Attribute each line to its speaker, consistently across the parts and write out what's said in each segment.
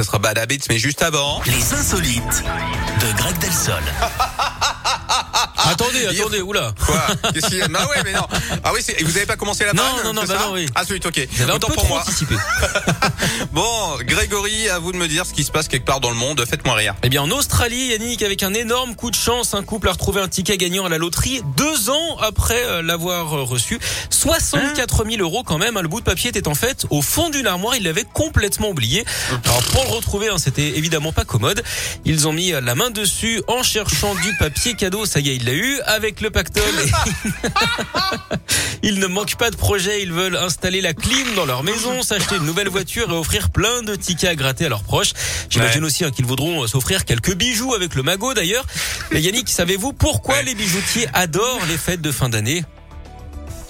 Speaker 1: titre Bad Habits, mais juste avant.
Speaker 2: Les insolites de Greg Delsol.
Speaker 3: attendez, attendez, oula.
Speaker 1: Quoi Qu'est-ce qu'il y a Ah ouais, mais non. Ah oui, c'est- vous avez pas commencé la
Speaker 3: Non,
Speaker 1: vanne,
Speaker 3: non, non,
Speaker 1: c'est
Speaker 3: bah
Speaker 1: ça
Speaker 3: non, oui.
Speaker 1: Ah, suite, ok.
Speaker 3: J'avais un
Speaker 1: Autant
Speaker 3: peu
Speaker 1: pour
Speaker 3: trop
Speaker 1: moi.
Speaker 3: anticipé.
Speaker 1: Bon, Grégory, à vous de me dire ce qui se passe quelque part dans le monde. Faites-moi rire.
Speaker 3: Eh bien, en Australie, Yannick, avec un énorme coup de chance, un couple a retrouvé un ticket gagnant à la loterie deux ans après euh, l'avoir euh, reçu. 64 000 euros quand même. hein. Le bout de papier était en fait au fond d'une armoire. Ils l'avaient complètement oublié. Alors, pour le retrouver, hein, c'était évidemment pas commode. Ils ont mis euh, la main dessus en cherchant du papier cadeau. Ça y est, il l'a eu avec le pactole. Ils ne manquent pas de projets, ils veulent installer la clim dans leur maison, s'acheter une nouvelle voiture et offrir plein de tickets à gratter à leurs proches. J'imagine
Speaker 1: Ouais.
Speaker 3: aussi hein, qu'ils voudront euh, s'offrir quelques bijoux avec le magot d'ailleurs. Mais Yannick, savez-vous pourquoi
Speaker 1: Ouais.
Speaker 3: les bijoutiers adorent les fêtes de fin d'année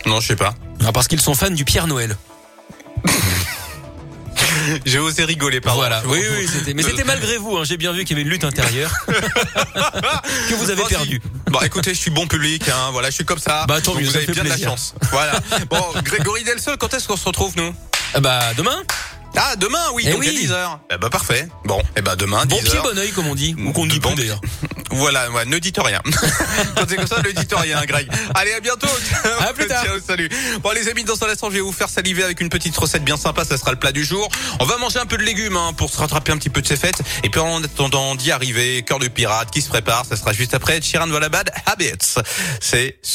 Speaker 1: Non, je sais pas.
Speaker 3: Ah, Parce qu'ils sont fans du Pierre Noël.
Speaker 1: J'ai osé rigoler, pardon.
Speaker 3: voilà. Oui, oui, c'était. Mais c'était malgré vous. hein. J'ai bien vu qu'il y avait une lutte intérieure que vous avez
Speaker 1: Bon,
Speaker 3: perdue.
Speaker 1: si. Bon, écoutez, je suis bon public, hein. Voilà, je suis comme ça.
Speaker 3: Bah, tant
Speaker 1: Donc,
Speaker 3: mieux,
Speaker 1: vous
Speaker 3: ça
Speaker 1: avez
Speaker 3: fait
Speaker 1: bien de la
Speaker 3: plaisir.
Speaker 1: chance. Voilà. Bon, Grégory Delsol, quand est-ce qu'on se retrouve, nous?
Speaker 3: Ah Bah demain,
Speaker 1: Ah, demain, oui,
Speaker 3: Eh
Speaker 1: donc à
Speaker 3: oui.
Speaker 1: 10h. Eh bah, parfait. Bon, eh bah, demain,
Speaker 3: bon
Speaker 1: 10
Speaker 3: pied,
Speaker 1: heures.
Speaker 3: bon oeil, comme on dit, ou qu'on ne
Speaker 1: De
Speaker 3: dit
Speaker 1: bon
Speaker 3: pas d'ailleurs.
Speaker 1: Voilà, ouais, ne dites rien. Quand c'est comme ça, ne dites rien, Greg. Allez, à bientôt.
Speaker 3: À plus tard.
Speaker 1: Ciao, salut. Bon, les amis, dans un instant, je vais vous faire saliver avec une petite recette bien sympa. Ça sera le plat du jour. On va manger un peu de légumes hein, pour se rattraper un petit peu de ces fêtes. Et puis, en attendant d'y arriver, cœur du pirate qui se prépare. Ça sera juste après. Chiran Valabad Habits. C'est